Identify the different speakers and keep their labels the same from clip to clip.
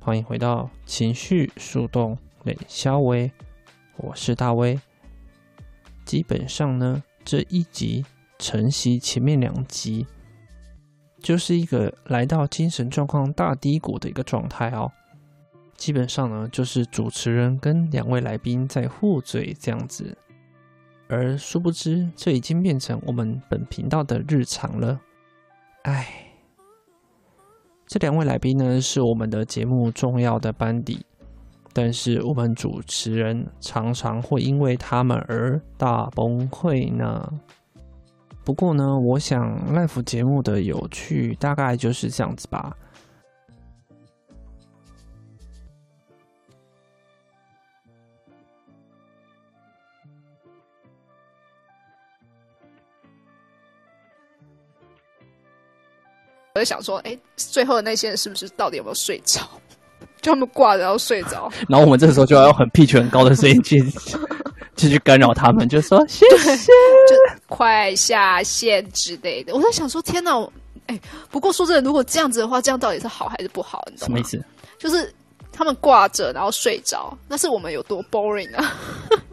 Speaker 1: 欢迎回到情绪树洞冷肖威，我是大威。基本上呢，这一集承袭前面两集，就是一个来到精神状况大低谷的一个状态哦。基本上呢，就是主持人跟两位来宾在互嘴这样子，而殊不知这已经变成我们本频道的日常了。唉。这两位来宾呢是我们的节目重要的班底，但是我们主持人常常会因为他们而大崩溃呢。不过呢，我想 l i f e 节目的有趣大概就是这样子吧。
Speaker 2: 我就想说，哎、最后的那些人是不是到底有没有睡着？ 就他们挂着然后睡着，
Speaker 3: 然后我们这时候就要用很 pitch 很高的声音去去去干扰他们，就说谢谢。
Speaker 2: 快下线之类的。我在想说，天哪！我哎、不过说真的，如果这样子的话，这样到底是好还是不好？你
Speaker 3: 什
Speaker 2: 懂
Speaker 3: 么
Speaker 2: 吗
Speaker 3: 意？思？
Speaker 2: 就是他们挂着然后睡着，那是我们有多 boring 啊！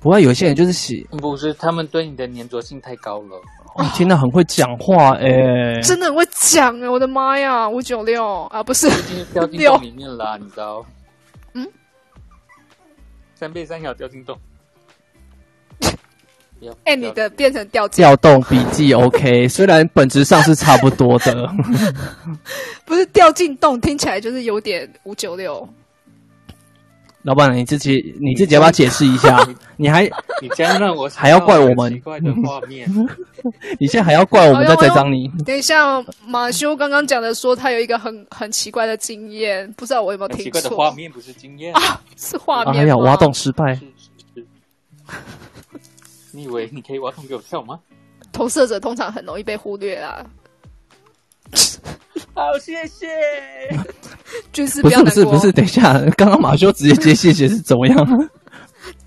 Speaker 3: 不过有些人就是喜，
Speaker 4: 不是，他们对你的粘着性太高了。
Speaker 3: 哦，天呐，很会讲话哎、
Speaker 2: 真的很会讲哎、我的妈呀，五九六啊，不是，
Speaker 4: 已经掉进洞里面了啊、你知道？
Speaker 2: 嗯，
Speaker 4: 三倍三角掉进洞。不要
Speaker 2: 哎、你的变成掉价，
Speaker 3: 调动笔记 OK，虽然本质上是差不多的，
Speaker 2: 不是掉进洞，听起来就是有点五九六。
Speaker 3: 老板你自己你自己要不要解释一下？你还
Speaker 4: 你这样让我想
Speaker 3: 还要怪我们
Speaker 4: 到一个奇怪的画 面。
Speaker 3: 你现在还要怪我们在栽赃你？
Speaker 2: 等一下，马修刚刚讲的说他有一个很很奇怪的经验，不知道我有没有
Speaker 4: 很
Speaker 2: 听
Speaker 4: 奇
Speaker 2: 错？啊
Speaker 4: 怪的画面不是经验，
Speaker 2: 是画面吗？
Speaker 3: 哎呀，挖洞失败
Speaker 4: 是，是是。你以为你可以挖洞给我跳吗？
Speaker 2: 投射者通常很容易被忽略啊啦。
Speaker 4: 好，谢谢。
Speaker 2: 军师
Speaker 3: 不
Speaker 2: 要
Speaker 3: 是不
Speaker 2: 难
Speaker 3: 是
Speaker 2: 过，
Speaker 3: 不是，等一下，刚刚马修直接接谢谢是怎么 样？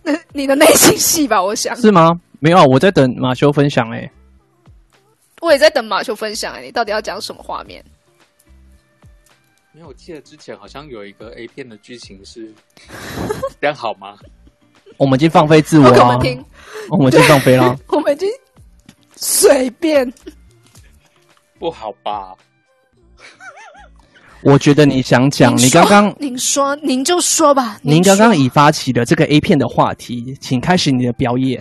Speaker 2: 那你的内心戏吧？我想，
Speaker 3: 是吗？没有啊，我在等马修分享哎、
Speaker 2: 我也在等马修分享、欸，你到底要讲什么画面？
Speaker 4: 因为我记得之前好像有一个 A 片的剧情是 这样好吗？
Speaker 3: 我们已经放飞自我
Speaker 2: 我给
Speaker 3: 了
Speaker 2: 我
Speaker 3: 啊
Speaker 2: 们，听，
Speaker 3: 我们已经放飞了啊。
Speaker 2: 我们已经随便。
Speaker 4: 不好吧？
Speaker 3: 我觉得你想讲，
Speaker 2: 您
Speaker 3: 你
Speaker 2: 说
Speaker 3: 刚刚
Speaker 2: 您说，您就说吧。
Speaker 3: 您
Speaker 2: 说
Speaker 3: 刚刚已发起了这个 A 片的话题，请开始你的表演。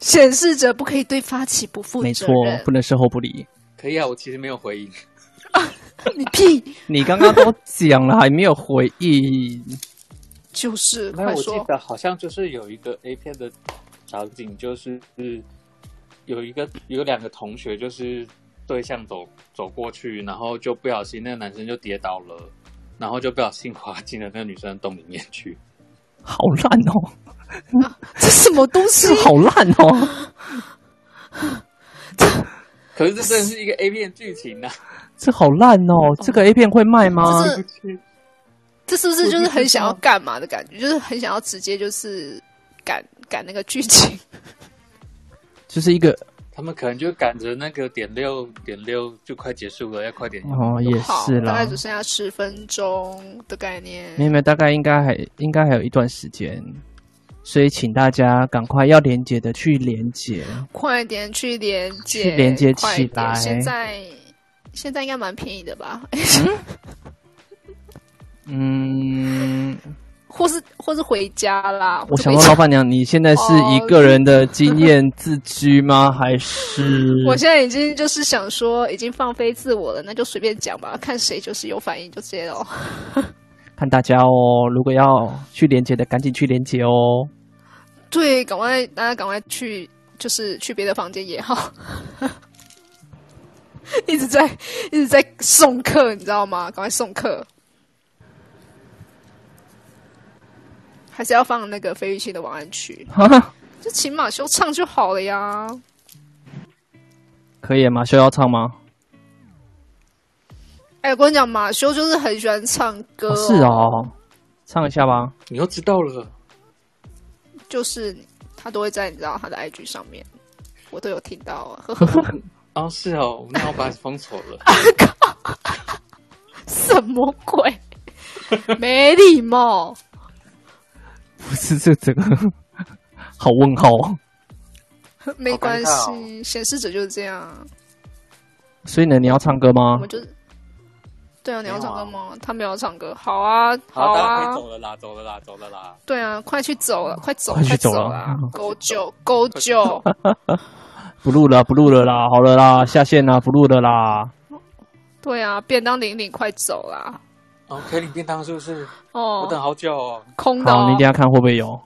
Speaker 2: 显示者不可以对发起不负
Speaker 3: 没
Speaker 2: 责
Speaker 3: 错，
Speaker 2: 任
Speaker 3: 不，能事后不理。
Speaker 4: 可以啊，我其实没有回应。
Speaker 2: 你屁
Speaker 3: 你刚刚都讲了，还没有回应。
Speaker 2: 就是
Speaker 4: 那
Speaker 2: 快
Speaker 4: 我记
Speaker 2: 说。
Speaker 4: 得好像就是有一个 A 片的场景，就是是有一个有两个同学就是对象走走过去，然后就不小心那个男生就跌倒了，然后就不小心滑进了那个女生的洞里面去。
Speaker 3: 好烂哦，
Speaker 2: 这什么东西
Speaker 3: 这？好烂哦，
Speaker 4: 可是这真的是一个 A 片剧情啊呐、
Speaker 3: 这好烂哦，这个 A 片会卖吗？
Speaker 2: 这是这是不是就是很想要干嘛的感觉？就是很想要直接就是赶赶那个剧情。
Speaker 3: 就是一个
Speaker 4: 他们可能就赶着那个点六点六就快结束了，要快点。
Speaker 3: 哦，也
Speaker 2: 好，
Speaker 3: 是
Speaker 2: 大概
Speaker 3: 啦
Speaker 2: 只。剩下十分钟的概念。
Speaker 3: 没有没有，大概应该还应该还有一段时间，所以请大家赶快要连接的去连接。
Speaker 2: 快点去连接，
Speaker 3: 去连接
Speaker 2: 快
Speaker 3: 起
Speaker 2: 点
Speaker 3: 来
Speaker 2: 现在现在应该蛮便宜的吧？
Speaker 3: 嗯，
Speaker 2: 或是或是回家啦。
Speaker 3: 我想
Speaker 2: 回
Speaker 3: 问
Speaker 2: 家
Speaker 3: 老板娘，你现在是一个人的经验自居吗？还是
Speaker 2: 我现在已经就是想说，已经放飞自我了，那就随便讲吧，看谁就是有反应就接咯。
Speaker 3: 看大家哦？如果要去连接的，赶紧去连接 哦。
Speaker 2: 对，赶快大家赶快去，就是去别的房间也好。 一直在一直在送客，你知道吗？赶快送客，还是要放那个费玉清的晚安曲，
Speaker 3: 哈，
Speaker 2: 就请马修唱就好了呀。
Speaker 3: 可以，马修要唱吗？
Speaker 2: 哎、我跟你讲，马修就是很喜欢唱歌、
Speaker 3: 哦是，哦，唱一下 吧。
Speaker 4: 你又知道了，
Speaker 2: 就是他都会在你知道他的 IG 上面，我都有听到啊， 呵呵呵，
Speaker 4: 哦是 哦，那我把你封锁了。
Speaker 2: 什么鬼？ 没礼貌。
Speaker 3: 不是这这个好问号哦。
Speaker 2: 没关
Speaker 4: 好尴尬
Speaker 2: 系，显示者就是这样。啊
Speaker 3: 所以呢，你要唱歌
Speaker 2: 我
Speaker 3: 吗
Speaker 2: 们？就嗯对啊，你要唱歌
Speaker 4: 没有
Speaker 2: 吗？他们要唱歌，好啊，
Speaker 4: 好，大家可以
Speaker 2: 啊，
Speaker 4: 走了啦，走了啦，走了啦。
Speaker 2: 对啊，快去走了，快走，啊
Speaker 3: 快去
Speaker 2: 快
Speaker 3: 走了啊
Speaker 2: 啦！狗九，狗九，
Speaker 3: 不录了，不录了啦，好了
Speaker 2: 嗯
Speaker 3: 啦，下线啦，不录了啦。
Speaker 2: 对啊，便当领领，快走啦！
Speaker 4: 哦，可以领便当是不是？我等
Speaker 2: 哦，
Speaker 4: 好久哦，
Speaker 2: 空的
Speaker 3: 好，你
Speaker 2: 哦
Speaker 3: 等一，下看会不会有。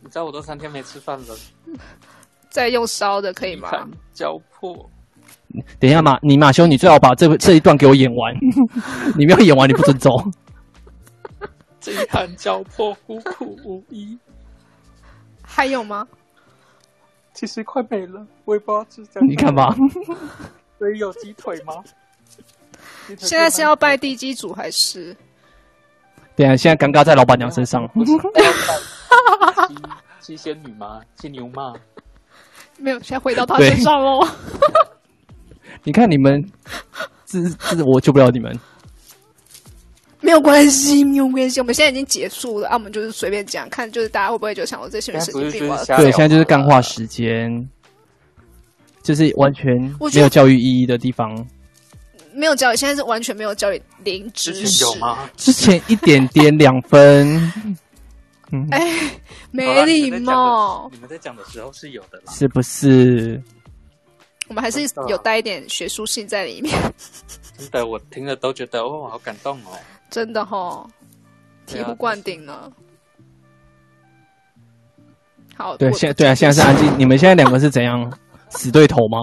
Speaker 4: 你知道我都三天没吃饭了，
Speaker 2: 再用烧的可以
Speaker 4: 你
Speaker 2: 吗？
Speaker 4: 看交破。
Speaker 3: 等一下马，你马修，你最好把这这一段给我演 完。你没有演完，你不准走。
Speaker 4: 这一盘交破，孤苦无依，
Speaker 2: 还有吗？
Speaker 4: 其实快没了，我也不知道是这样。
Speaker 3: 你看吧，
Speaker 4: 所以有鸡腿吗？鸡腿
Speaker 2: 现在是
Speaker 4: 吗
Speaker 2: 要拜地基主还是？
Speaker 3: 等一下现在尴尬在老板娘身 上。
Speaker 4: 不是要拜鸡鸡仙女吗？鸡牛吗？
Speaker 2: 没有，现在回到他
Speaker 3: 对
Speaker 2: 身上喽。
Speaker 3: 你看你们，这这我救不了你们。
Speaker 2: 没有关系，没有关系，我们现在已经结束了啊，我们就是随便讲，看就是大家会不会就想我这些人神经病
Speaker 4: 现在不是就是
Speaker 2: 我
Speaker 4: 瞎
Speaker 3: 对，
Speaker 4: 聊
Speaker 3: 现在就是干话时间，就是完全
Speaker 2: 我觉
Speaker 3: 没
Speaker 2: 得
Speaker 3: 有教育意义的地方。
Speaker 2: 没有教育，现在是完全没有教育，零知
Speaker 4: 之
Speaker 2: 识
Speaker 4: 前有？吗？
Speaker 3: 之前一点点两分， 嗯，
Speaker 2: 没礼貌，
Speaker 4: 你们在讲的时候是有的啦。
Speaker 3: 是不是？
Speaker 2: 我们还是有带一点学术性在里面，
Speaker 4: 真的，我听了都觉得哦，好感动哦。
Speaker 2: 真的吼，醍醐灌顶呢。好，
Speaker 3: 对，
Speaker 2: 我
Speaker 3: 现在对啊，现在是安静。你们现在两个是怎样？死对头吗？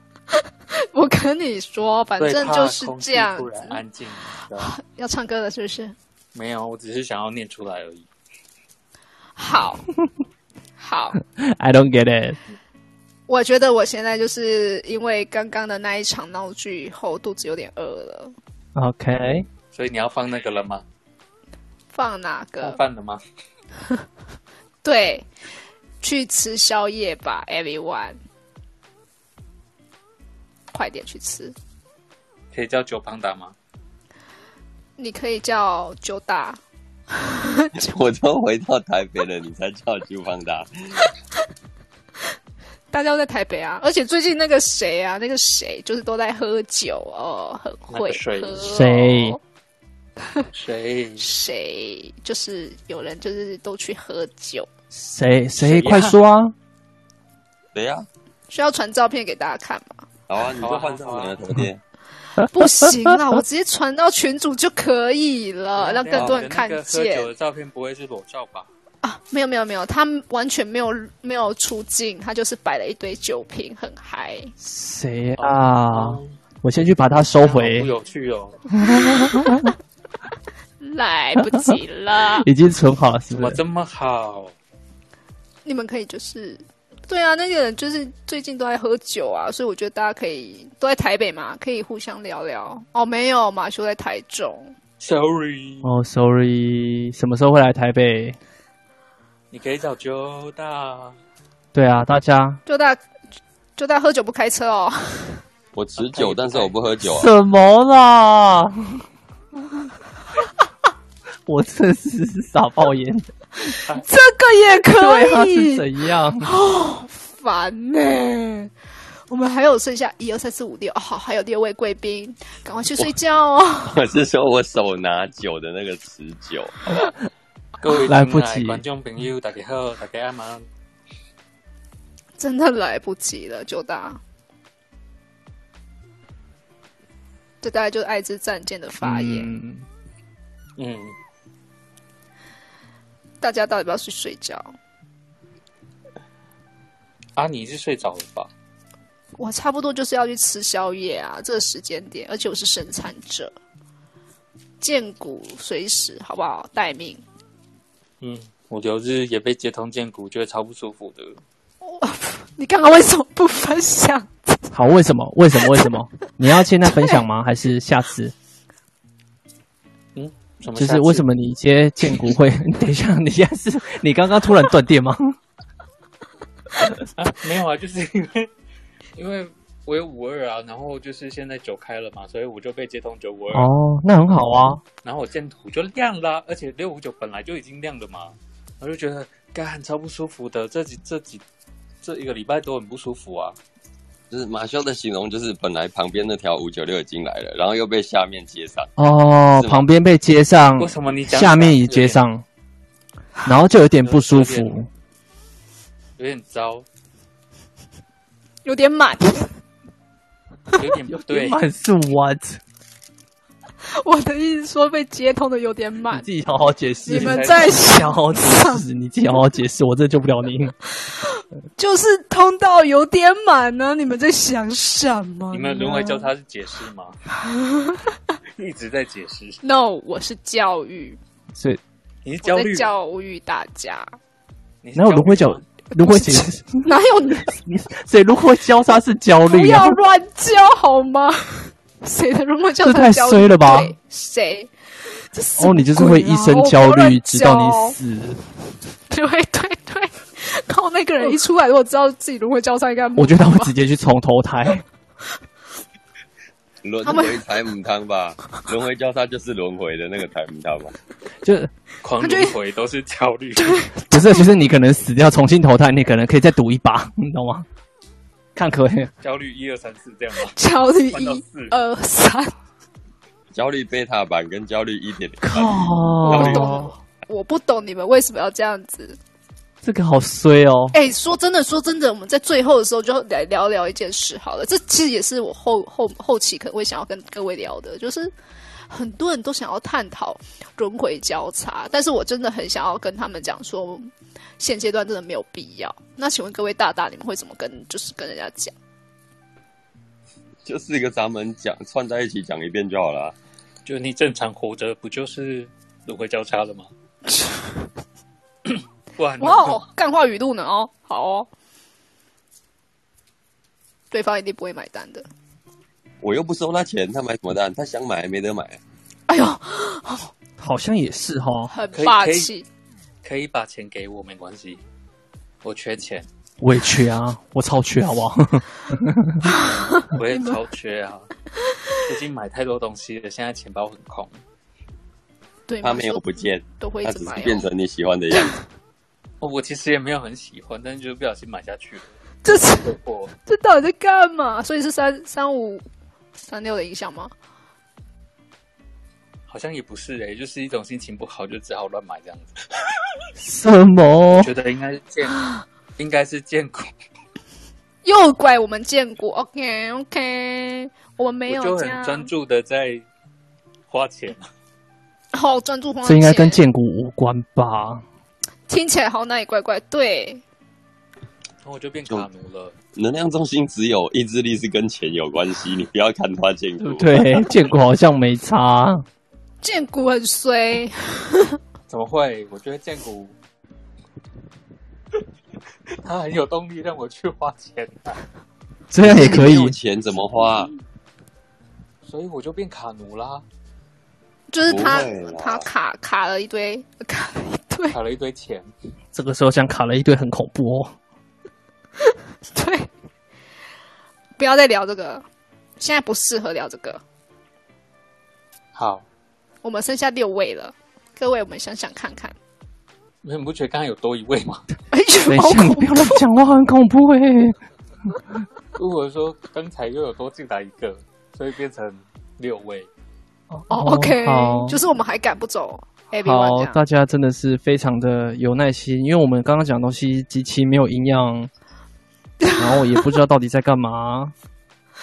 Speaker 2: 我跟你说，反
Speaker 4: 对
Speaker 2: 正
Speaker 4: 怕
Speaker 2: 就是
Speaker 4: 空气
Speaker 2: 这样
Speaker 4: 突
Speaker 2: 子。
Speaker 4: 然安静，对
Speaker 2: 要唱歌了是不是？
Speaker 4: 没有，我只是想要念出来而已。
Speaker 2: 好， 好，
Speaker 3: I don't get it。
Speaker 2: 我觉得我现在就是因为刚刚的那一场闹剧以后，肚子有点饿了。
Speaker 3: OK，
Speaker 4: 所以你要放那个了吗？
Speaker 2: 放哪
Speaker 4: 放
Speaker 2: 个？
Speaker 4: 饭了吗？
Speaker 2: 对，去吃宵夜吧，everyone！快点去吃。
Speaker 4: 可以叫九胖达吗？
Speaker 2: 你可以叫九大，
Speaker 5: 我都回到台北了，你才叫去帮他。
Speaker 2: 大家都在台北啊，而且最近那个谁啊，那个谁就是都在喝酒哦，很会
Speaker 4: 那
Speaker 2: 喝、
Speaker 4: 个
Speaker 2: 哦。
Speaker 3: 谁
Speaker 4: 谁？
Speaker 2: 谁就是有人就是都去喝酒，
Speaker 3: 谁
Speaker 4: 谁
Speaker 3: 谁
Speaker 4: 呀
Speaker 3: 快说啊！
Speaker 5: 谁呀、
Speaker 2: 需要传照片给大家看吗？
Speaker 5: 好啊，你
Speaker 4: 好啊
Speaker 5: 就换上我的头贴。
Speaker 2: 不行啦，我直接传到群组就可以了，哦
Speaker 3: 嗯
Speaker 2: 让
Speaker 4: 等一下
Speaker 2: 更多人看
Speaker 4: 我的那个喝
Speaker 2: 见
Speaker 4: 酒。的照片不会是裸照吧？
Speaker 2: 啊，没有没有没有，他完全没有没有出镜，他就是摆了一堆酒瓶，很嗨。
Speaker 3: 谁啊？我先去把它收回
Speaker 4: 不，有趣哦，
Speaker 2: 来不
Speaker 3: ，
Speaker 2: 及了
Speaker 3: 已经存好了，是
Speaker 4: 怎
Speaker 3: 不
Speaker 4: 么
Speaker 3: 是？
Speaker 4: 这么好？
Speaker 2: 你们可以就是，对啊，那些人就是最近都在喝酒啊，所以我觉得大家可以都在台北嘛，可以互相聊聊。哦，没有，马修在台中，
Speaker 4: Sorry，、
Speaker 3: 哦，sorry，什么时候会来台北？
Speaker 4: 你可以找九大。
Speaker 3: 对啊，大家
Speaker 2: 就大就大喝酒不开 车哦。
Speaker 5: 我持久，但是我不喝酒啊。
Speaker 3: 什么啦？ 我真是傻爆眼，
Speaker 2: 这个也
Speaker 3: 对他
Speaker 2: 可
Speaker 3: 是
Speaker 2: 以，
Speaker 3: 怎样？
Speaker 2: 烦呢、我们还有剩下一二三四五六，哦好，还有六位贵宾，赶快去睡觉哦。
Speaker 5: 我是说我手拿酒的那个持久，
Speaker 4: 各位
Speaker 3: 来不
Speaker 4: 亲爱
Speaker 3: 及
Speaker 4: 观众朋友，大家好，大家好。
Speaker 2: 真的来不及了，九大。这大概就是爱之战舰的发言。
Speaker 3: 嗯
Speaker 4: 嗯，
Speaker 2: 大家到底要不要去睡觉？
Speaker 4: 啊，你是睡着了吧？
Speaker 2: 我差不多就是要去吃宵夜啊，这个时间点，而且我是生产者，见骨随时，好不好？待命。
Speaker 4: 嗯，我留日也被接通见骨，觉得超不舒服的。
Speaker 2: 你刚刚为什么不分享？
Speaker 3: 好，为什么？为什么？为什 么？你要现在分享吗？还是下次？
Speaker 4: 什么
Speaker 3: 就
Speaker 4: 下次？
Speaker 3: 是为什么你接建股会？ 等一下，你现在是你刚刚突然断电吗？
Speaker 4: 啊？没有啊，就是因为因为我有五二啊，然后就是现在九开了嘛，所以我就被接通九五二，
Speaker 3: 哦，那很好啊，
Speaker 4: 然后我线图就亮啦、而且六五九本来就已经亮了嘛，我就觉得干超不舒服的，这几这几这一个礼拜都很不舒服啊。
Speaker 5: 就是马修的形容，就是本来旁边那条五九六已经来了，然后又被下面接上，
Speaker 3: 哦，
Speaker 5: 是吗
Speaker 3: 旁边被接上
Speaker 4: 为，什么你讲
Speaker 3: 嗯下面也接上，然后就有点不舒
Speaker 4: 有
Speaker 3: 服
Speaker 4: 点。有点糟，
Speaker 2: 有点满，
Speaker 4: 有点不 对，
Speaker 3: 满是 what？
Speaker 2: 我的意思说被接通的有点
Speaker 3: 你
Speaker 2: 满。
Speaker 3: 自己好好解释。
Speaker 2: 啊你们
Speaker 3: 自
Speaker 2: 在
Speaker 3: 己好好解释，你自己好好解释，我真的救不了你。
Speaker 2: 就是通道有点满呢、你们在想什
Speaker 3: 啊
Speaker 2: 么呢？
Speaker 4: 你们轮回交叉是解释 吗？一直在解释，
Speaker 2: ？No，我是教育，
Speaker 3: 所以，
Speaker 4: 你是焦
Speaker 2: 我在
Speaker 4: 虑，
Speaker 2: 教育大家。
Speaker 4: 你是
Speaker 3: 然后
Speaker 4: 焦虑
Speaker 3: 轮回
Speaker 4: 吗
Speaker 3: 交，轮回交，
Speaker 2: 哪有你
Speaker 3: 所以轮回交叉是焦
Speaker 2: 不
Speaker 3: 虑啊
Speaker 2: 要。乱教好吗？ 谁的轮回交叉
Speaker 3: 这太
Speaker 2: 教育
Speaker 3: 衰了吧
Speaker 2: 对谁？ 这什么
Speaker 3: 哦，你就是会
Speaker 2: 鬼啊
Speaker 3: 一生焦
Speaker 2: 我不要
Speaker 3: 虑，
Speaker 2: 乱
Speaker 3: 直到
Speaker 2: 教
Speaker 3: 你死。
Speaker 2: 对对对，然后那个人一出来，如果知道自己轮回交叉，应该
Speaker 3: 我觉得他们直接去重投胎。
Speaker 5: 轮
Speaker 2: 他们
Speaker 5: 回台母 汤吧，轮回交叉就是轮回的那个台母汤吧。
Speaker 3: 就
Speaker 4: 狂
Speaker 2: 他就
Speaker 4: 轮回都是焦虑，
Speaker 3: 不是，就是你可能死掉重新投胎，你可能可以再赌一把，你懂吗？看可以，
Speaker 4: 焦虑一二三四这样啊吗？
Speaker 2: 焦虑
Speaker 4: 换到
Speaker 2: 一
Speaker 4: 四
Speaker 2: 二呃三，
Speaker 5: 焦虑贝塔版跟焦虑一点零版，
Speaker 2: 我不
Speaker 3: 靠
Speaker 2: 懂，我不懂你们为什么要这样子。
Speaker 3: 这个好衰哦。
Speaker 2: 哎、说真的，说真的，我们在最后的时候就来聊聊一件事好了。这其实也是我后后后期可能会想要跟各位聊的，就是很多人都想要探讨轮回交叉，但是我真的很想要跟他们讲说，现阶段真的没有必要。那请问各位大大，你们会怎么跟就是跟人家讲？
Speaker 5: 就四个闸门讲串在一起讲一遍就好了啊。
Speaker 4: 就你正常活着，不就是轮回交叉 了吗？不然呢
Speaker 2: 哇哦，干话语录呢哦，好哦，对方一定不会买单的。
Speaker 5: 我又不收他钱，他买什么蛋？他想买没得买。
Speaker 2: 哎呦，
Speaker 3: 好像也是哈，
Speaker 2: 很
Speaker 4: 可以
Speaker 2: 霸
Speaker 4: 可以
Speaker 2: 气，
Speaker 4: 可以把钱给我没关系，我缺钱，
Speaker 3: 我也缺啊，我超缺，好不好？
Speaker 4: 我也超缺啊！最近买太多东西了，现在钱包很空。
Speaker 2: 对吗？
Speaker 5: 他没有不见，
Speaker 2: 都会一
Speaker 5: 他
Speaker 2: 直
Speaker 5: 只
Speaker 2: 买
Speaker 5: 是
Speaker 2: 哦、
Speaker 5: 变成你喜欢的样子。
Speaker 4: 哦我其实也没有很喜欢，但是就是不小心买下去了。
Speaker 2: 这是。
Speaker 4: 我
Speaker 2: 这到底在干嘛？所以是三三五三六的影响吗？
Speaker 4: 好像也不是诶、就是一种心情不好，就只好乱买这样子。
Speaker 3: 什么？
Speaker 4: 觉得应该是见，应该是见过，
Speaker 2: 又怪我们见过，OK OK，我们没有
Speaker 4: 我就
Speaker 2: 这
Speaker 4: 很
Speaker 2: 样，
Speaker 4: 专注的在花钱。
Speaker 2: 好专注花钱，
Speaker 3: 这应该跟建股无关吧？
Speaker 2: 听起来好哪里怪怪，对，
Speaker 4: 然后我就变卡奴了，
Speaker 5: 能量中心只有意志力是跟钱有关系，你不要看花见
Speaker 3: 对
Speaker 5: 骨
Speaker 3: 不。对？建股好像没差，
Speaker 2: 见骨很衰，
Speaker 4: 怎么会？我觉得建谷 他很有动力让我去花钱、啊，
Speaker 3: 这样也可以
Speaker 5: 你没有钱怎么花？
Speaker 2: 嗯
Speaker 4: 所以我就变卡奴啦，
Speaker 2: 就是他
Speaker 5: 不会啦
Speaker 2: 他卡卡了一堆，卡了一堆，
Speaker 4: 卡了一堆钱。
Speaker 3: 这个时候像卡了一堆，很恐怖哦。
Speaker 2: 对，不要再聊这个，现在不适合聊这个，
Speaker 4: 好，
Speaker 2: 我们剩下六位了，各位我们想想看看，
Speaker 4: 你不觉得刚才有多一位吗？
Speaker 2: 哎
Speaker 3: 等
Speaker 2: 呦，
Speaker 3: 一
Speaker 2: 好
Speaker 3: 下，你
Speaker 2: 恐
Speaker 3: 不要乱讲话，很恐怖哎。
Speaker 4: 如果说刚才又有多进来一个，所以变成六位。
Speaker 2: 哦，OK，
Speaker 3: 好
Speaker 2: 就是我们还赶不走 everyone 这
Speaker 3: 好，
Speaker 2: 样。
Speaker 3: 大家真的是非常的有耐心，因为我们刚刚讲的东西极其没有营养，然后也不知道到底在干嘛。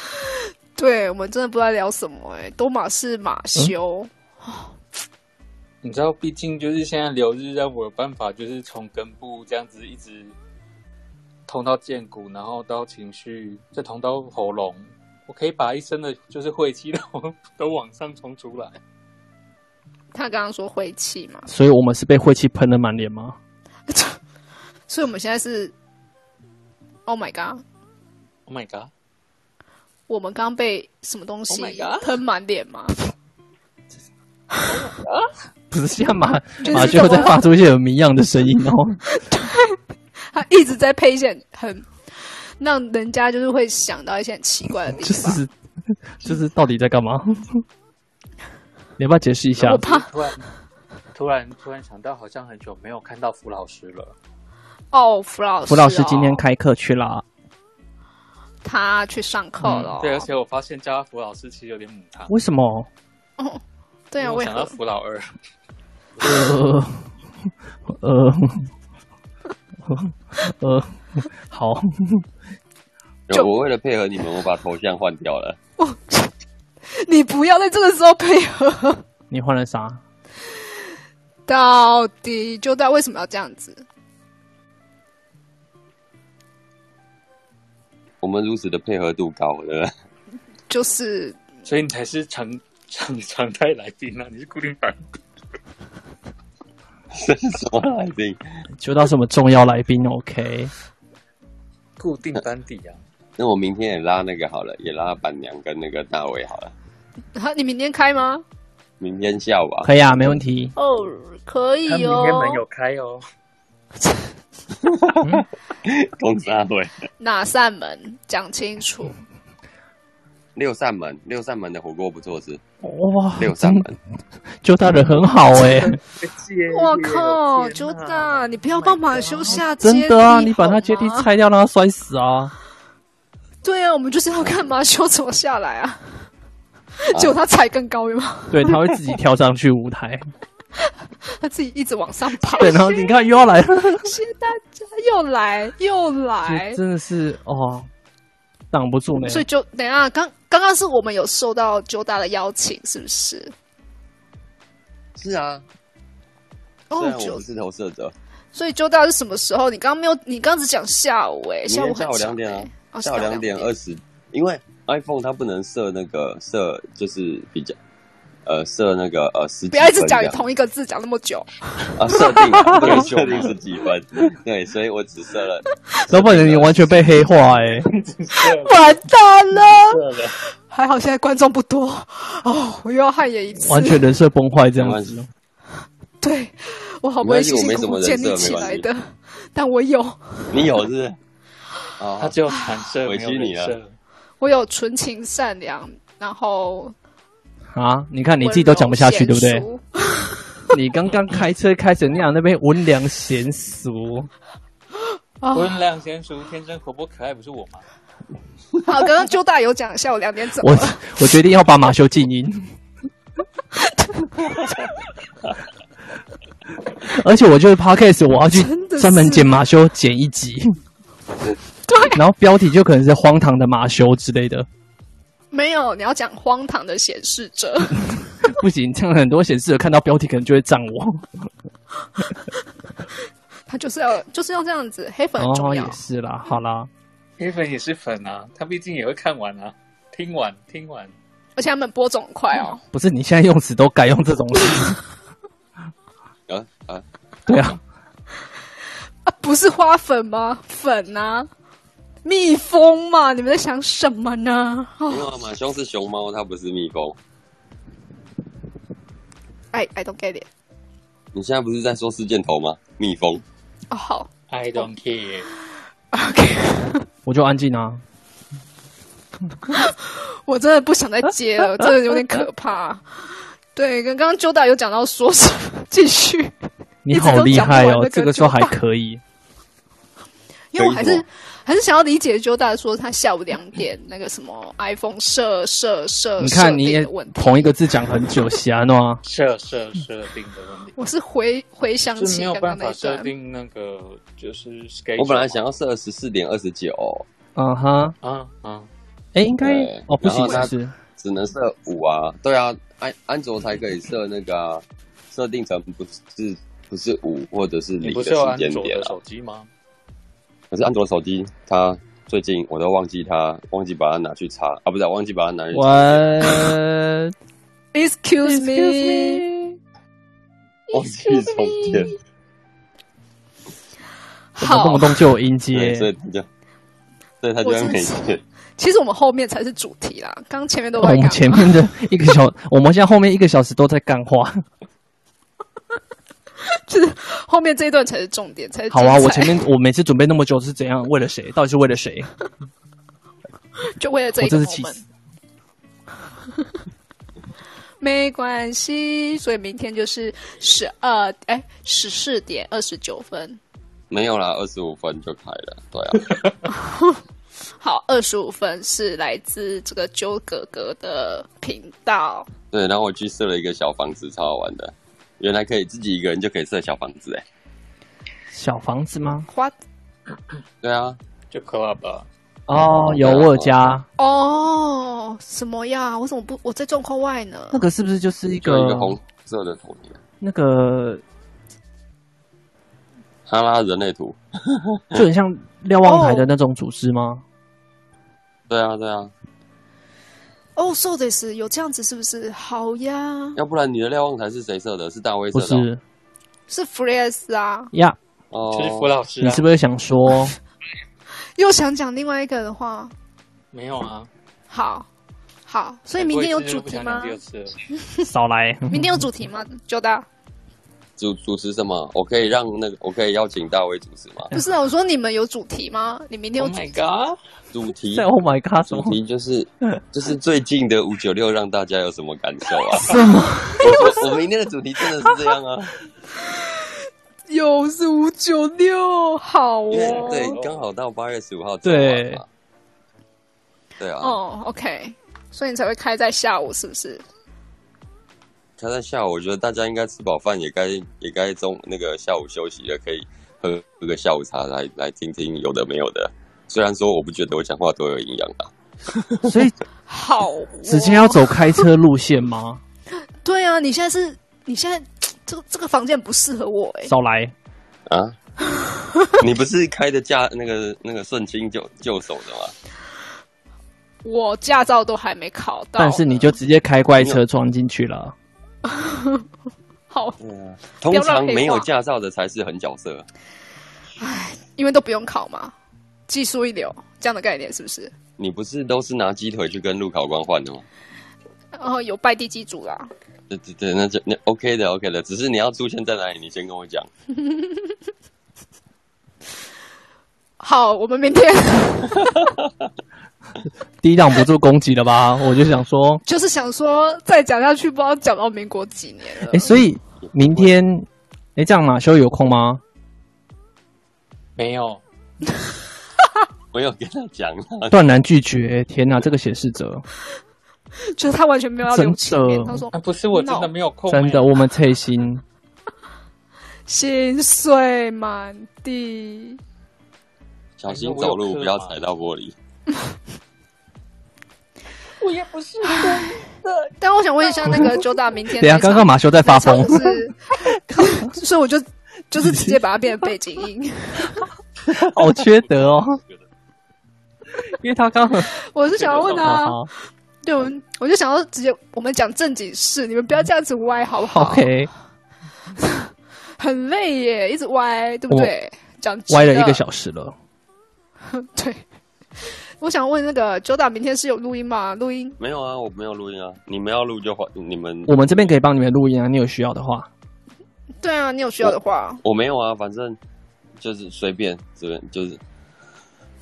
Speaker 2: 对我们真的不知道在聊什么哎、多马是马
Speaker 3: 嗯
Speaker 2: 修，
Speaker 4: 你知道，毕竟就是现在留日让我有办法，就是从根部这样子一直通到剑骨，然后到情绪，再通到喉咙，我可以把一身的就是晦气 都都往上冲出来。
Speaker 2: 他刚刚说晦气嘛，
Speaker 3: 所以我们是被晦气喷的满脸吗？
Speaker 2: 所以我们现在是，Oh my god，
Speaker 4: Oh my god！
Speaker 2: 我们刚刚被什么东西
Speaker 4: Oh my god
Speaker 2: 喷满脸吗？
Speaker 3: 不是像马
Speaker 2: 就 是
Speaker 3: 马
Speaker 2: 怎
Speaker 3: 就
Speaker 2: 么
Speaker 3: 在发出一些很迷样的声音哦。
Speaker 2: 他一直在配一些很让人家就是会想到一些很奇怪的地
Speaker 3: 就
Speaker 2: 方。
Speaker 3: 是 就是到底在干嘛？ 你要不要解释一下
Speaker 2: 我？怕
Speaker 4: 突然突然突然想到，好像很久没有看到傅老师了。
Speaker 2: 哦，福老师哦，
Speaker 3: 福老师今天开课去啊啦，
Speaker 2: 他去上课了、
Speaker 3: 嗯
Speaker 4: 对，而
Speaker 3: 啊
Speaker 4: 且我发现叫他傅老师其实有点母汤。
Speaker 3: 为什么？
Speaker 2: 哦，对啊，为
Speaker 4: 因为我想到
Speaker 2: 何？
Speaker 4: 傅老二，
Speaker 3: 呃呃呃， 好，
Speaker 2: 就
Speaker 5: 我为了配合你们，我把头像换掉了。
Speaker 2: 你不要在这个时候配合，
Speaker 3: 你换了啥？
Speaker 2: 到底就在为什么要这样子？
Speaker 5: 我们如此的配合度高的，
Speaker 2: 就是
Speaker 4: 所以你才是常 常常态来宾啊，你是固定版。
Speaker 5: 这是什么来宾？
Speaker 3: 揪到什么重要来宾？OK，
Speaker 4: 固定班底啊，
Speaker 5: 那我明天也拉那个好了，也拉板娘跟那个大伟好了。
Speaker 2: 啊，你明天开吗？
Speaker 5: 明天下午啊，
Speaker 3: 可以啊，没问题。
Speaker 2: 哦，可以
Speaker 4: 他明
Speaker 2: 哦。
Speaker 4: 天门有开哦。
Speaker 5: 公司大会。
Speaker 2: 哪扇门？讲清楚。
Speaker 5: 六扇门，六扇门的火锅不错吃。
Speaker 3: 哇，
Speaker 5: 六扇
Speaker 3: 嗯
Speaker 5: 门，
Speaker 3: 揪到人很好哎、
Speaker 2: 我靠，朱大，你不要帮马修下阶
Speaker 3: 啊真
Speaker 2: 地
Speaker 3: 的啊！你把他
Speaker 2: 好
Speaker 3: 阶梯
Speaker 2: 吗
Speaker 3: 拆掉，让他摔死啊！
Speaker 2: 对啊，我们就是要看马修怎么下来啊。
Speaker 5: 啊
Speaker 2: 结果他踩更高，有吗？
Speaker 3: 对，他会自己跳上去舞 台。
Speaker 2: 他自己一直往上爬。
Speaker 3: 对，然后你看又要来了，
Speaker 2: 谢谢大家，又来又来
Speaker 3: 就。真的是哦，挡不住呢。
Speaker 2: 所以就等一下，刚刚刚是我们有受到九大的邀请，是不是？
Speaker 5: 是啊，虽
Speaker 2: 哦，
Speaker 5: 然啊我
Speaker 2: 九
Speaker 5: 不，是投射者，
Speaker 2: 所以九大是什么时候？你刚刚没有，你刚只讲下午哎、
Speaker 5: 明
Speaker 2: 下午
Speaker 5: 天
Speaker 2: 很
Speaker 5: 下午
Speaker 2: 长
Speaker 5: 两点
Speaker 2: 欸
Speaker 5: 啊，
Speaker 2: 哦
Speaker 5: 下午两点二十，因为 iPhone 它不能设那个设，就是比较呃设那个呃十几
Speaker 2: 不要一直
Speaker 5: 分
Speaker 2: 讲
Speaker 5: 这样
Speaker 2: 同一个字讲那么久，
Speaker 5: 啊设 定啊不能设定是几分，对，所以我只设了
Speaker 3: 老板，你完全被黑化 哎、
Speaker 2: 完蛋了！
Speaker 4: 对了，
Speaker 2: 还好现在观众不多哦，我又要汗颜一次。
Speaker 3: 完全人设崩坏这样
Speaker 5: 没
Speaker 3: 子。
Speaker 2: 对我好不容易
Speaker 5: 没关系
Speaker 2: 辛
Speaker 5: 我没
Speaker 2: 辛苦
Speaker 5: 什
Speaker 2: 苦
Speaker 5: 么人
Speaker 2: 建立
Speaker 5: 设
Speaker 2: 起
Speaker 5: 没关
Speaker 2: 来
Speaker 5: 系
Speaker 2: 的，但我有
Speaker 5: 你有是 不是？哦
Speaker 4: 他只有弹射，
Speaker 5: 委
Speaker 4: 没有
Speaker 5: 屈你啊
Speaker 4: 人
Speaker 5: 了
Speaker 4: 设。
Speaker 2: 我有纯情善良，然后
Speaker 3: 啊！你看你自己都讲不下去，对不
Speaker 2: 温柔
Speaker 3: 对
Speaker 2: 贤？淑
Speaker 3: 你刚刚开车开成那样，那边温良贤淑，
Speaker 2: 哦
Speaker 4: 温良贤淑、天真活泼可爱，不是我吗？
Speaker 2: 好，刚刚周大有讲下午两点怎
Speaker 3: 我
Speaker 2: 么了？
Speaker 3: 我决定要把马修静 音。而且我就是 podcast，我要去
Speaker 2: 真的是
Speaker 3: 专门剪马修剪一集，
Speaker 2: 对，
Speaker 3: 然后标题就可能是“荒唐的马修”之类的。
Speaker 2: 没有，你要讲荒唐的显示者，
Speaker 3: 不行，这样很多显示者看到标题可能就会赞我。
Speaker 2: 他就是要就是要这样子，黑粉很重要
Speaker 3: 哦也。是啦，好啦，
Speaker 4: 黑粉也是粉啊，他毕竟也会看完啊，听完听完。
Speaker 2: 而且他们播种很快哦，
Speaker 3: 不是你现在用词都改用这种 词，
Speaker 5: 啊啊，
Speaker 3: 对啊，
Speaker 2: 啊，不是花粉吗？粉啊，蜜蜂嘛，你们在想什么呢？
Speaker 5: 因为马兄是熊猫，它不是蜜蜂。
Speaker 2: 哎，I don't get it。
Speaker 5: 你现在不是在说四箭头吗？蜜蜂，
Speaker 2: 哦，好
Speaker 4: I don't care，
Speaker 2: ，OK，
Speaker 3: 我就安静啊。
Speaker 2: 我真的不想再 接了，真的有点可怕。对，跟刚刚周大有讲到说什么，继续，
Speaker 3: 你好厉害哦
Speaker 2: 一直都讲不完那个，
Speaker 3: 这个时候还可 以。
Speaker 2: 因为我还
Speaker 5: 可以
Speaker 2: 是
Speaker 5: 吗
Speaker 2: 还是想要理解周大说他下午两点那个什么 iPhone 设设设，
Speaker 3: 你看，你
Speaker 2: 设定
Speaker 3: 也
Speaker 2: 的问题。
Speaker 3: 同一个字讲很久，喜安诺啊，
Speaker 4: 设设设定的问题，
Speaker 2: 我是回回想
Speaker 4: 就是
Speaker 2: 起
Speaker 4: 没
Speaker 2: 刚刚
Speaker 4: 有办
Speaker 2: 那
Speaker 4: 法
Speaker 2: 一
Speaker 4: 设
Speaker 2: 段，
Speaker 4: 定那个就是 schedule
Speaker 5: 我本来想要设十四点二十九，
Speaker 3: 嗯哼，
Speaker 4: 啊啊，
Speaker 3: 哎，应该
Speaker 5: 对
Speaker 3: 哦，不行，
Speaker 5: 然后他
Speaker 3: 是不是
Speaker 5: 只能设五啊。对啊，安安卓才可以设那个啊设、定成不是不是五或者是
Speaker 4: 你
Speaker 5: 零
Speaker 4: 不
Speaker 5: 的
Speaker 4: 是有
Speaker 5: 时
Speaker 4: 安
Speaker 5: 间
Speaker 4: 卓
Speaker 5: 点
Speaker 4: 的
Speaker 5: 啊。
Speaker 4: 手机吗？
Speaker 5: 可是安卓手机它最近我都忘记它，忘记把它拿去插啊，不是、啊、忘记把它拿去插。
Speaker 3: 我
Speaker 2: Excuse me。
Speaker 5: 忘记充电，
Speaker 3: 怎么动
Speaker 2: 好
Speaker 3: 不，动就有音阶
Speaker 5: 对，，所以它就所以它就
Speaker 2: 我
Speaker 5: 会
Speaker 2: 真
Speaker 5: 没
Speaker 2: 是
Speaker 5: 电。
Speaker 2: 其实我们后面才是主题啦，刚前面都
Speaker 3: 哦我
Speaker 2: 在
Speaker 3: 们
Speaker 2: 干
Speaker 3: 前
Speaker 2: 嘛？
Speaker 3: 面的一个小，我们现在后面一个小时都在干话，
Speaker 2: 后面这一段才是重点，才是
Speaker 3: 好啊，
Speaker 2: 精彩
Speaker 3: 我前面我每次准备那么久是怎样？为了谁？到底是为了谁？
Speaker 2: 就为了这
Speaker 3: 我
Speaker 2: 一个
Speaker 3: 真是气
Speaker 2: moment，
Speaker 3: 死！
Speaker 2: 没关系，所以明天就是十二哎十四点二十九分，
Speaker 5: 没有啦，二十五分就开了。对 啊，
Speaker 2: 好，二十五分是来自这个纠哥哥的频道，
Speaker 5: 对，然后我去设了一个小房子，超好玩的。原来可以自己一个人就可以设小房子哎、
Speaker 3: 小房子吗？
Speaker 2: 花
Speaker 5: 对啊，
Speaker 4: 就 club 啊，
Speaker 3: 哦，有我有加
Speaker 2: 哦什么呀？我怎么不我在状况外呢？
Speaker 3: 那个是不是就是一
Speaker 5: 就一
Speaker 3: 个
Speaker 5: 个红色的图片，
Speaker 3: 那个
Speaker 5: 哈拉人类图。
Speaker 3: 就很像瞭望台的那种组织吗？
Speaker 5: 对啊，对啊，
Speaker 2: 哦，so this 有这样子是不是？好呀，
Speaker 5: 要不然你的瞭望台是谁设的？是大威
Speaker 3: 不
Speaker 5: 设的哦、
Speaker 3: 是
Speaker 2: 是 Frees 啊，
Speaker 3: 呀，
Speaker 5: 哦，
Speaker 4: 就是傅老师
Speaker 3: 你
Speaker 4: 啊，
Speaker 3: 是不是想说
Speaker 2: 又想讲另外一个的话，
Speaker 4: 没有啊？
Speaker 2: 好好，所以明天有主题吗
Speaker 4: 哎我？也是不想讲第二次了
Speaker 3: 少来？
Speaker 2: 明天有主题吗？九大
Speaker 5: 主主持什么？我可以让那个，我可以邀请大威主持吗？
Speaker 2: 不是啊，我说你们有主题吗？你明天有
Speaker 4: Oh
Speaker 2: 主题
Speaker 4: my god！
Speaker 5: 主题
Speaker 3: 在 Oh my God 什
Speaker 5: 主
Speaker 3: 么
Speaker 5: 题就是就是最近的五九六，让大家有什么感受啊？
Speaker 3: 什么？哦
Speaker 5: 我我明天的主题真的是这 样啊，
Speaker 2: 又是五九六，好
Speaker 5: 因为
Speaker 2: 哦。
Speaker 5: 对，刚好到八月十五号这
Speaker 3: 对
Speaker 5: 晚嘛，对啊，
Speaker 2: 哦，OK，所以你才会开在下午，是不是？
Speaker 5: 他在下午，我觉得大家应该吃饱饭，也该也该中那个下午休息了，可以喝喝个下午茶来来听听有的没有的。虽然说我不觉得我讲话多有营养啊，
Speaker 3: 所以
Speaker 2: 好、哦，
Speaker 3: 子谦要走开车路线吗？
Speaker 2: 对啊，你现在是，你现在这个这个房间不适合我哎、
Speaker 3: 少来！
Speaker 5: 啊， 你不是开的驾那个那个顺清就就手的吗？
Speaker 2: 我驾照都还没考到，
Speaker 3: 但是你就直接开怪车撞进去了。
Speaker 2: 好，
Speaker 5: 哦通
Speaker 2: 要
Speaker 5: 常
Speaker 2: 浪费
Speaker 5: 没有
Speaker 2: 话
Speaker 5: 驾照的才是狠角色。
Speaker 2: 因为都不用考嘛，技术一流这样的概念是不是？
Speaker 5: 你不是都是拿鸡腿去跟陆考官换的吗？
Speaker 2: 然后有拜地基主啦，
Speaker 5: 对对对，那就那 OK 的 OK 的，只是你要出现在哪里，你先跟我讲。
Speaker 2: 好，我们明天
Speaker 3: 第一档不做攻击了 吧？我就想说，
Speaker 2: 就是想说再讲下去，不知道讲到民国几年了。
Speaker 3: 哎、所以明天，哎、这样马修有空吗？
Speaker 4: 没有，
Speaker 5: 我有跟他讲啊，
Speaker 3: 断然拒绝！天哪，这个显示者
Speaker 2: 就是他完全没有要留情面，
Speaker 3: 真的
Speaker 2: 他说
Speaker 4: 啊、不是我真的没有空、欸，
Speaker 3: 真的，我们退 心。
Speaker 2: 心碎满地。
Speaker 5: 小心走路，不要踩到玻璃。
Speaker 4: 我也不是。
Speaker 2: 但我想问一下，那个九大明天
Speaker 3: 等一下，
Speaker 2: 那
Speaker 3: 刚刚
Speaker 2: 一场
Speaker 3: 马修在发疯
Speaker 2: 那，一场是，所以我 就 就是直接把它变成背景音。
Speaker 3: 好缺德哦！因为他刚刚
Speaker 2: 我是想要问他，
Speaker 3: 好
Speaker 2: 对，我们我就想要直接我们讲正经事，你们不要这样子歪好不
Speaker 3: 好
Speaker 2: 好
Speaker 3: OK，
Speaker 2: 很累耶，一直歪，对不对？讲直
Speaker 3: 歪了
Speaker 2: 的
Speaker 3: 一个小时了。
Speaker 2: 对。 我想问那个九大明天是有录音吗？录音
Speaker 5: 没有啊，我没有录音啊，你们要录就换，你们
Speaker 3: 我们这边可以帮你们录音啊，你有需要的话。
Speaker 2: 对啊，你有需要的话，
Speaker 5: 我没有啊，反正就是随便，随便就是。
Speaker 2: 无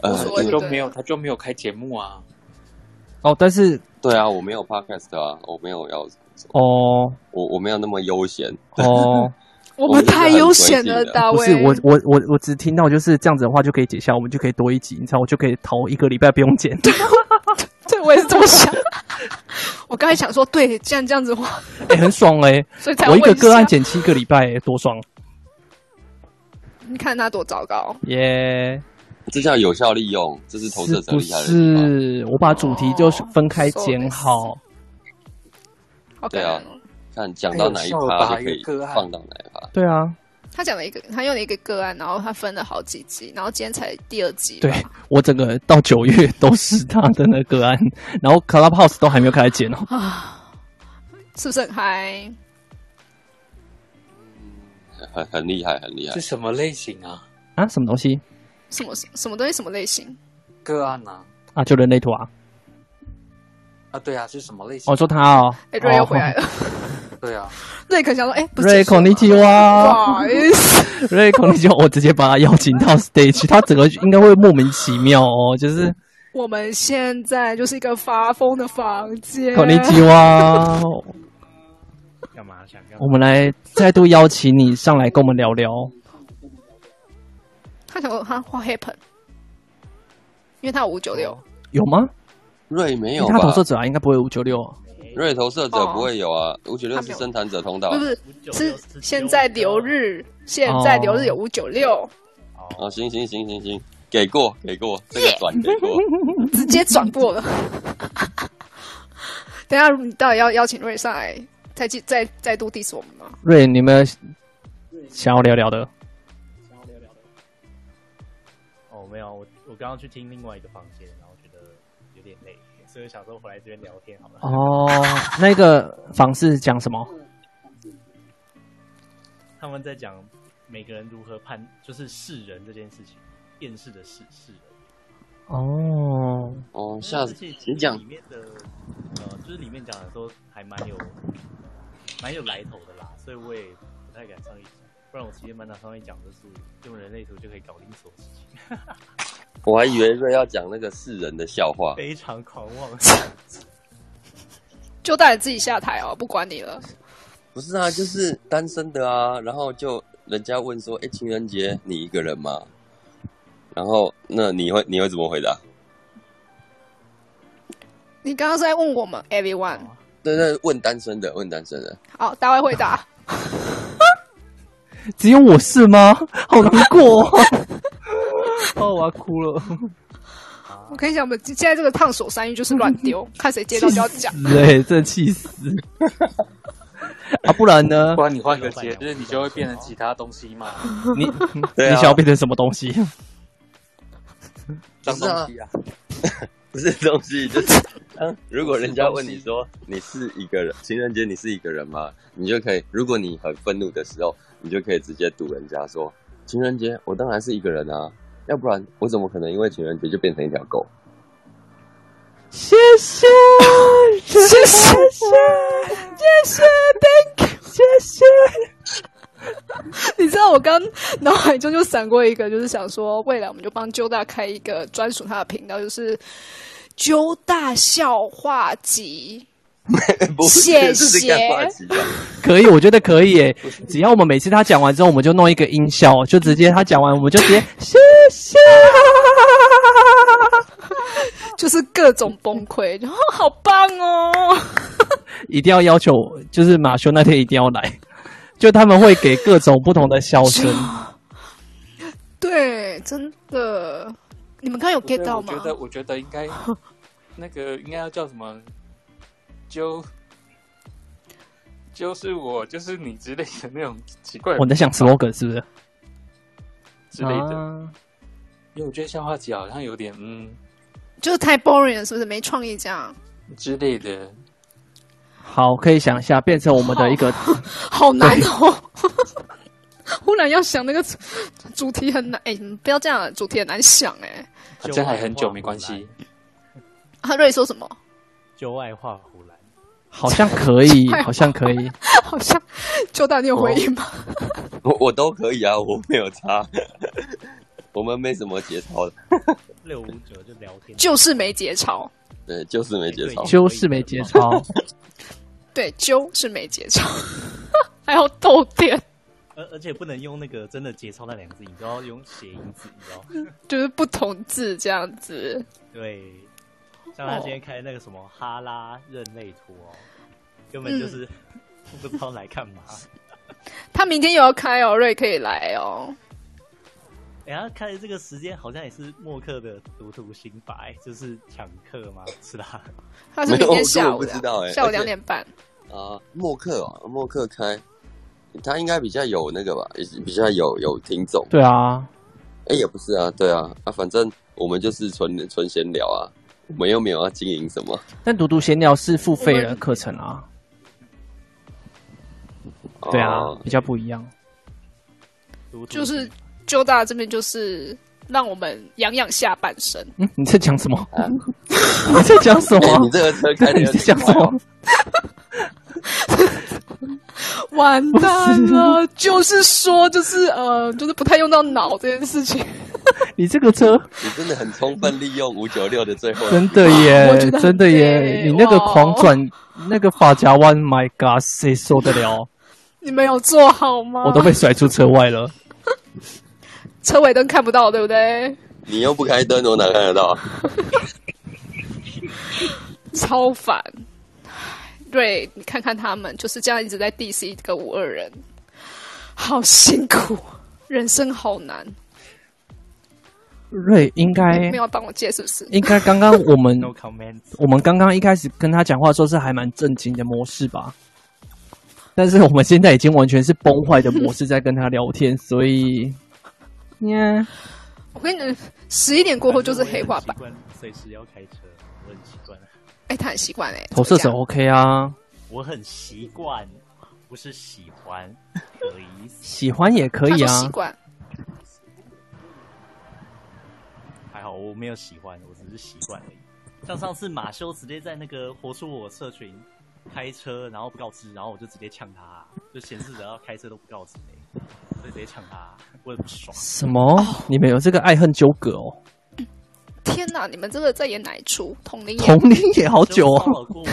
Speaker 5: 呃
Speaker 2: 所
Speaker 4: 他
Speaker 2: 谓
Speaker 5: 对
Speaker 4: 就没有，他就没有开节目啊。
Speaker 3: 哦，但是
Speaker 5: 对啊，我没有 podcast 啊，我没有要，
Speaker 3: 哦
Speaker 5: 我我没有那么悠闲。
Speaker 3: 哦，
Speaker 2: 我
Speaker 5: 我
Speaker 2: 们
Speaker 5: 们是
Speaker 2: 太
Speaker 5: 很
Speaker 2: 悠
Speaker 5: 随
Speaker 2: 闲
Speaker 5: 性
Speaker 2: 了，
Speaker 5: 的
Speaker 2: 大
Speaker 3: 不
Speaker 2: 卫。
Speaker 3: 是我我我我只听到就是这样子的话就可以解下，我们就可以多一集，你知道我就可以逃一个礼拜不用 剪。
Speaker 2: 对，我也是这么想。我刚才想说，对，既然这样子的话，
Speaker 3: 哎、很爽哎、
Speaker 2: 所以才要
Speaker 3: 我一
Speaker 2: 问
Speaker 3: 个个案
Speaker 2: 下，
Speaker 3: 减七个礼拜、欸，多爽
Speaker 2: 你看他多糟糕。
Speaker 3: 耶
Speaker 5: 这叫有效利用，这是投射者
Speaker 3: 不
Speaker 5: 厉害的地方。
Speaker 3: 是？我把主题就是分开
Speaker 2: 哦
Speaker 3: 剪好，
Speaker 2: 好可
Speaker 5: 对啊
Speaker 2: 怜哦。
Speaker 5: 看讲到哪一趴就可以放到哪一趴。
Speaker 3: 对啊，
Speaker 2: 他讲了一个，他用了一个个案，然后他分了好几集，然后今天才第二集。
Speaker 3: 对我整个到九月都是他的那个案，然后 Clubhouse 都还没有开始剪哦，
Speaker 2: 啊，是不是很嗨？
Speaker 5: 很很厉害，很厉害
Speaker 4: 是。什么类型啊？
Speaker 3: 啊，什么东西
Speaker 2: 什么什么东西，什么类型？
Speaker 4: 个案啊？
Speaker 3: 啊？就人类图啊？
Speaker 4: 啊，对啊，是什么类型？
Speaker 3: 我、哦、说他哦，
Speaker 2: 哎、瑞又
Speaker 3: 哦
Speaker 2: 回来了。
Speaker 4: 对啊，
Speaker 2: 瑞克想说，哎、不是
Speaker 3: 瑞
Speaker 2: 结束
Speaker 3: 孔
Speaker 2: 了
Speaker 3: 尼
Speaker 2: 吗
Speaker 3: 基啊
Speaker 2: 不
Speaker 3: 哇，
Speaker 2: 好意思，
Speaker 3: 瑞孔尼基，我直接把他邀请到 stage，他整个应该会莫名其妙哦，就是
Speaker 2: 我们现在就是一个发疯的房间。
Speaker 3: 孔尼基哇，
Speaker 6: 干嘛想干嘛？
Speaker 3: 我们来再度邀请你上来跟我们聊聊。
Speaker 2: 他想说他画 happen，因为他有五九六，
Speaker 3: 有吗？
Speaker 5: 瑞没有
Speaker 3: 其他投
Speaker 5: 吧？
Speaker 3: 射者啊，应该不会五九六。
Speaker 5: 瑞投射者不会有啊，五九六
Speaker 2: 哦他没
Speaker 5: 是
Speaker 2: 有
Speaker 5: 生产者通道
Speaker 2: 不
Speaker 5: 啊。
Speaker 2: 是
Speaker 6: 596
Speaker 2: 不是，是现在留日，现在留日有五九六，
Speaker 6: 哦，
Speaker 5: 哦，行行行行行，给过给过，这个转给 过。
Speaker 2: 直接转过了。等一下你到底要邀请瑞上来，再继再再度 diss 我们吗？
Speaker 3: 瑞，你们想要聊聊的？
Speaker 6: 哦，没有，我我刚刚去听另外一个房间，然后觉得有点累，所以想说回来这边聊天好了。
Speaker 3: 哦，那个房是讲什么？
Speaker 6: 他们在讲每个人如何判，就是世人这件事情，辨识的世世人。
Speaker 3: 哦，
Speaker 5: 哦，下
Speaker 6: 次
Speaker 5: 次你讲
Speaker 6: 里面的呃，就是里面讲的都还蛮有蛮有来头的啦，所以我也不太敢上一讲，不然我直接满脑上一讲就是用人类图就可以搞定所有事情，
Speaker 5: 我还以为瑞要讲那个世人的笑话，
Speaker 6: 非常狂妄。
Speaker 2: 就带你自己下台哦，不管你了。
Speaker 5: 不是啊，就是单身的啊，然后就人家问说，哎、情人节你一个人吗？然后那你会你会怎么回答？
Speaker 2: 你刚刚是在问我们 everyone，
Speaker 5: 对对，问单身的，问单身的，
Speaker 2: 好，大卫回答。
Speaker 3: 只有我是吗？好难过哦，哦我要哭了。
Speaker 2: 我跟你讲，我们现在这个烫手山芋就是乱丢，看谁接到就要讲。
Speaker 3: 对，真的气 死。啊，不然呢
Speaker 4: 不？然你换个节日，你就会变成其他东西嘛，
Speaker 3: 你、
Speaker 5: 对啊
Speaker 3: 你想 要变成什么东西？
Speaker 4: 脏东西啊。
Speaker 5: 不是东西， 就是嗯，如果人家问你说你是一个人，情人节你是一个人吗？你就可以，如果你很愤怒的时候，你就可以直接堵人家说，情人节我当然是一个人啊，要不然我怎么可能因为情人节就变成一条狗？
Speaker 3: 谢谢，谢谢，谢谢，Thank you，谢谢。
Speaker 2: 你知道我刚脑海中就闪过一个，就是想说未来我们就帮鸠大开一个专属他的频道，就是鸠大笑话集。
Speaker 5: 不是
Speaker 2: 谢谢
Speaker 5: 这是干话集吧
Speaker 3: 可以，我觉得可以耶。只要我们每次他讲完之后，我们就弄一个音效，就直接他讲完，我们就直接谢谢。
Speaker 2: 就是各种崩溃，然后好棒哦！
Speaker 3: 一定要要求，就是马修那天一定要来， 就他们会给各种不同的笑声。
Speaker 2: 对，真的，你们刚刚有 get 到吗
Speaker 4: 我？觉得，我觉得应该那个应该要叫什么？就就是我，就是你之类的那种奇怪
Speaker 3: 我在想 slogan 是不是？
Speaker 4: 之类的。
Speaker 3: 啊
Speaker 4: 因为我觉得笑话集好像有点嗯
Speaker 2: 就是太 boring 了，是不是？没创意这样，
Speaker 4: 之类的。
Speaker 3: 好，可以想一下，变成我们的一个
Speaker 2: 好难哦。 忽然要想那个主主题很难，哎、你们不要这样，主题很难想哎、
Speaker 4: 反正还很久，没关系。
Speaker 2: 阿瑞说什么？
Speaker 6: 就爱画胡兰，
Speaker 3: 好像可 以，好像可以。
Speaker 2: 好像就大你有回应吗？
Speaker 5: 我我都可以啊，我没有差， 我们没什么节操的，
Speaker 6: 六五九就聊天，
Speaker 2: 就是没节操，
Speaker 5: 对，就是没节操
Speaker 6: 对。
Speaker 3: 就是没节操，
Speaker 2: 对，就是没节操， 还要逗点，
Speaker 6: 而而且不能用那个真的节操那两个字，你都要用谐音字，你知道？
Speaker 2: 就是不同字这样子。
Speaker 6: 对，像他
Speaker 2: 哦
Speaker 6: 今天开那个什么哈拉任类图哦，根
Speaker 2: 嗯
Speaker 6: 本就是、不知道来干嘛。
Speaker 2: 他明天有要开哦，瑞可以来哦。
Speaker 6: 哎、他开的这个时间好像也是默克的读图心法、哎就是抢课吗？是啦，
Speaker 2: 他是明
Speaker 5: 没有
Speaker 2: 天下午
Speaker 5: 我根本不知道
Speaker 2: 的，
Speaker 3: 欸
Speaker 5: 哎
Speaker 2: 下午
Speaker 5: 而且
Speaker 2: 两点
Speaker 3: 嗯
Speaker 2: 半。
Speaker 5: 啊，默克哦，默克开，他应该比较有那个吧，也是比较有有听众。
Speaker 3: 对啊，
Speaker 5: 哎、也不是啊，对啊，啊，反正我们就是纯纯闲聊啊，我们又没有要经营什么。
Speaker 3: 但读读闲聊是付费的课程啊，对啊
Speaker 5: 哦，
Speaker 3: 比较不一样。
Speaker 6: 读图
Speaker 2: 就是
Speaker 6: 心法
Speaker 2: j 大这边就是让我们养养下半身，
Speaker 3: 嗯，你在讲什么？
Speaker 5: 啊
Speaker 3: 你在讲什
Speaker 5: 哎、你
Speaker 3: 么？
Speaker 5: 这个车开的
Speaker 3: 你
Speaker 5: 有
Speaker 3: 在
Speaker 5: 点
Speaker 3: 讲
Speaker 5: 快
Speaker 3: 什
Speaker 5: 哦
Speaker 3: 么？
Speaker 2: 完蛋了！就是说，就是呃，就是不太用到脑这件事情，
Speaker 3: 你这个车
Speaker 5: 你真的很充分利用五九六的最后
Speaker 3: 真的耶
Speaker 2: 我觉得，很
Speaker 3: 真的耶
Speaker 2: 累，
Speaker 3: 你那个
Speaker 2: 哇
Speaker 3: 狂转那个发夹弯，My God，谁受得了？
Speaker 2: 你们有做好吗？
Speaker 3: 我都被甩出车外了。
Speaker 2: 车尾灯看不到，对不对？
Speaker 5: 你又不开灯，我哪看得到？
Speaker 2: 超烦。对你看看他们，就是这样一直在 diss 一个五二人，好辛苦，人生好难。
Speaker 3: 瑞应该
Speaker 2: 没有帮我借是不是？
Speaker 3: 应该刚刚我 们
Speaker 6: No comments。
Speaker 3: 我们刚刚一开始跟他讲话的时候是还蛮正经的模式吧，但是我们现在已经完全是崩坏的模式在跟他聊天，所以，呀，
Speaker 2: 我跟你讲，十一点过后就是黑化版。
Speaker 6: 反正我也很习惯随时要开车，我很习惯，
Speaker 2: 哎、他很习惯哎，
Speaker 3: 投射
Speaker 2: 怎
Speaker 3: 者
Speaker 2: 么
Speaker 3: OK 啊，
Speaker 6: 我很习惯，不是喜欢，可以
Speaker 3: 喜欢也可
Speaker 2: 讲
Speaker 3: 以
Speaker 2: 他说习
Speaker 3: 啊，
Speaker 2: 惯。
Speaker 6: 还好我没有喜欢，我只是习惯而已。像上次马修直接在那个活出我社群开车，然后不告知，然后我就直接呛他、就显示着要开车都不告知、欸，我就直接呛他、我也不爽。
Speaker 3: 什么？你们有这个爱恨纠葛哦？
Speaker 2: 天哪，你们这个在演哪一啊出？同龄
Speaker 3: 同
Speaker 2: 演
Speaker 3: 龄也好久
Speaker 6: 就骚
Speaker 3: 哦，
Speaker 6: 扰过我，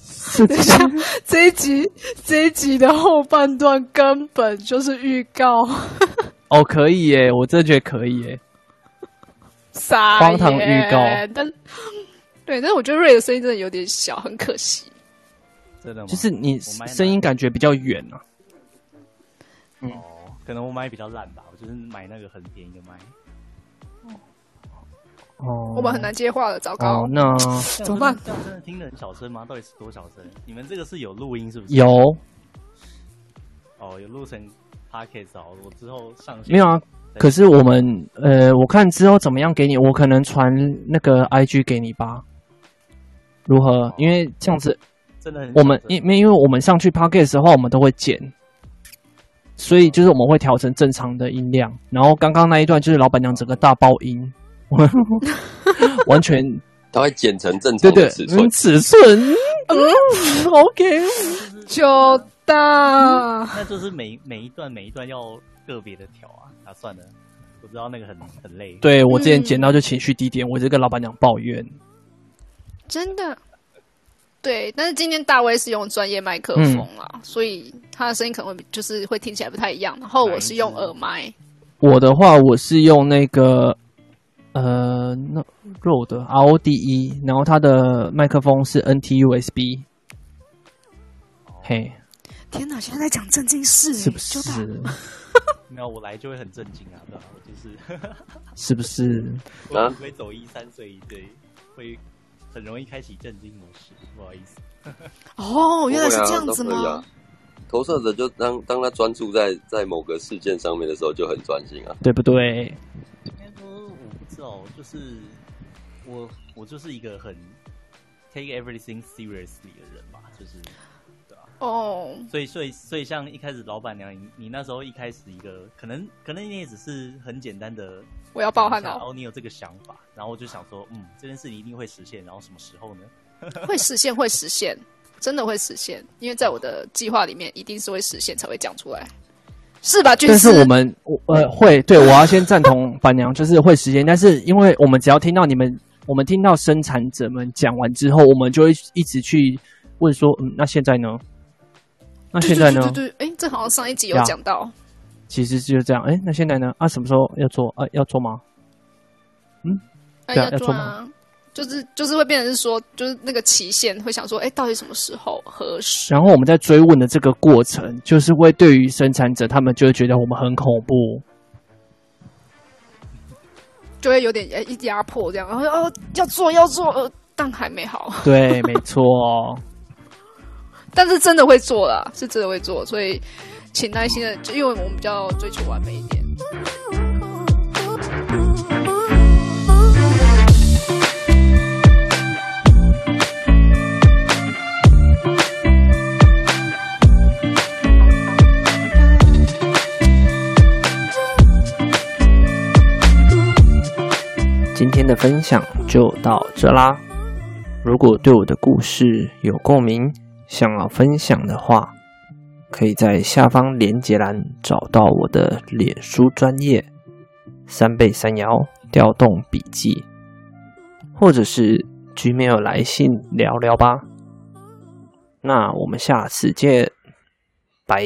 Speaker 3: 是这样
Speaker 2: 这一集，这一集的后半段根本就是预告，
Speaker 3: 哦，可以耶，我真的觉得可以耶，
Speaker 2: 傻
Speaker 3: 荒唐预告
Speaker 2: 眼但对，但是我觉得瑞的声音真的有点小，很可惜。
Speaker 6: 真的吗？
Speaker 3: 就是你
Speaker 6: 我麦
Speaker 3: 声音感觉比较远啊，
Speaker 6: 哦，可能我麦比较烂吧，我就是买那个很便宜的麦。
Speaker 3: 哦，
Speaker 2: 我们很难接话了，糟糕。
Speaker 3: 哦，那
Speaker 2: 怎么办
Speaker 6: 这样真的听得很小声吗？到底是多小声？你们这个是有录音是不是？
Speaker 3: 有
Speaker 6: 哦，有录成 podcast 哦。我之后上线
Speaker 3: 没有啊？可是我们呃，我看之后怎么样给你，我可能传那个 IG 给你吧，如何？因为这样子，
Speaker 6: 真的很小
Speaker 3: 我
Speaker 6: 声
Speaker 3: 们因因为我们上去 p o c k e t 的话，我们都会剪，所以就是我们会调成正常的音量。然后刚刚那一段就是老板娘整个大爆 音，完 全
Speaker 5: 它会剪成正
Speaker 3: 对
Speaker 5: 常
Speaker 3: 对
Speaker 5: 的尺，寸
Speaker 3: 嗯，尺寸，嗯，OK，
Speaker 2: 就大，
Speaker 6: 那就是每每一段每一段要个别的调啊。啊，算了，我知道那个很很累。，
Speaker 3: 对我之前剪到就情绪低点，我就跟老板娘抱怨，
Speaker 2: 真的。对，但是今天大卫是用专业麦克风啦，
Speaker 3: 嗯
Speaker 2: 所以他的声音可能会比就是会听起来不太一样。然后我是用耳麦，
Speaker 3: 我的话我是用那个呃那 Rode RODE，然后 E，它的麦克风是 NT USB，嘿，
Speaker 2: 天哪，现在在讲正经事，
Speaker 3: 是不
Speaker 2: 就哎大
Speaker 3: 是？
Speaker 6: 没有我来就会很震惊啊，对吧、我就是
Speaker 3: 是不是？
Speaker 6: 我
Speaker 5: 啊
Speaker 6: 不会走一三岁一对，会很容易开启震惊模式，不好意思。
Speaker 2: 哦，原来是这样子
Speaker 5: 不会
Speaker 2: 吗
Speaker 5: 啊？投射者就当当他专注在在某个事件上面的时候，就很专心啊。
Speaker 3: 对不对？
Speaker 6: 应该说我不知道，就是我我就是一个很 take everything seriously 的人吧，就是
Speaker 2: 哦，
Speaker 6: 所以所以所以像一开始老板娘，你你那时候一开始一个可能可能你也只是很简单的
Speaker 2: 我要爆汗
Speaker 6: 了，
Speaker 2: 了，
Speaker 6: 哦，你有这个想法，然后我就想说，嗯，这件事情一定会实现，然后什么时候呢？
Speaker 2: 会实现，会实现，真的会实现，因为在我的计划里面一定是会实现才会讲出来，是吧？军
Speaker 3: 但
Speaker 2: 师，
Speaker 3: 是我们我呃会对我要先赞同板娘， 就是会实现。但是因为我们只要听到你们，我们听到生产者们讲完之后，我们就会一直去问说，嗯，那现在呢？那
Speaker 2: 对
Speaker 3: 现在呢？
Speaker 2: 对对对，哎，这好像上一集有
Speaker 3: 呀
Speaker 2: 讲到，
Speaker 3: 其实就是这样。哎，那现在呢？啊，什么时候要做？啊，要做吗？对
Speaker 2: 哎
Speaker 3: 啊
Speaker 2: 呀，
Speaker 3: 要
Speaker 2: 对
Speaker 3: 做
Speaker 2: 啊，就是就是会变成是说，就是那个期限会想说，哎、到底什么时候合适？
Speaker 3: 然后我们在追问的这个过程，就是会对于生产者，他们就会觉得我们很恐怖。
Speaker 2: 就会有点哎、一压迫这样，然后哦要做要做，呃，但还没好，
Speaker 3: 对，没错。
Speaker 2: 但是真的会做啦，是真的会做，所以请耐心的，就因为我们比较追求完美一点。
Speaker 1: 今天的分享就到这啦。
Speaker 3: 如果对我的故事有共鸣，想要分享的话，可以在下方连结栏找到我的脸书专业“三倍三摇调动笔记”，或者是 Gmail 来信聊聊吧。那我们下次见，拜。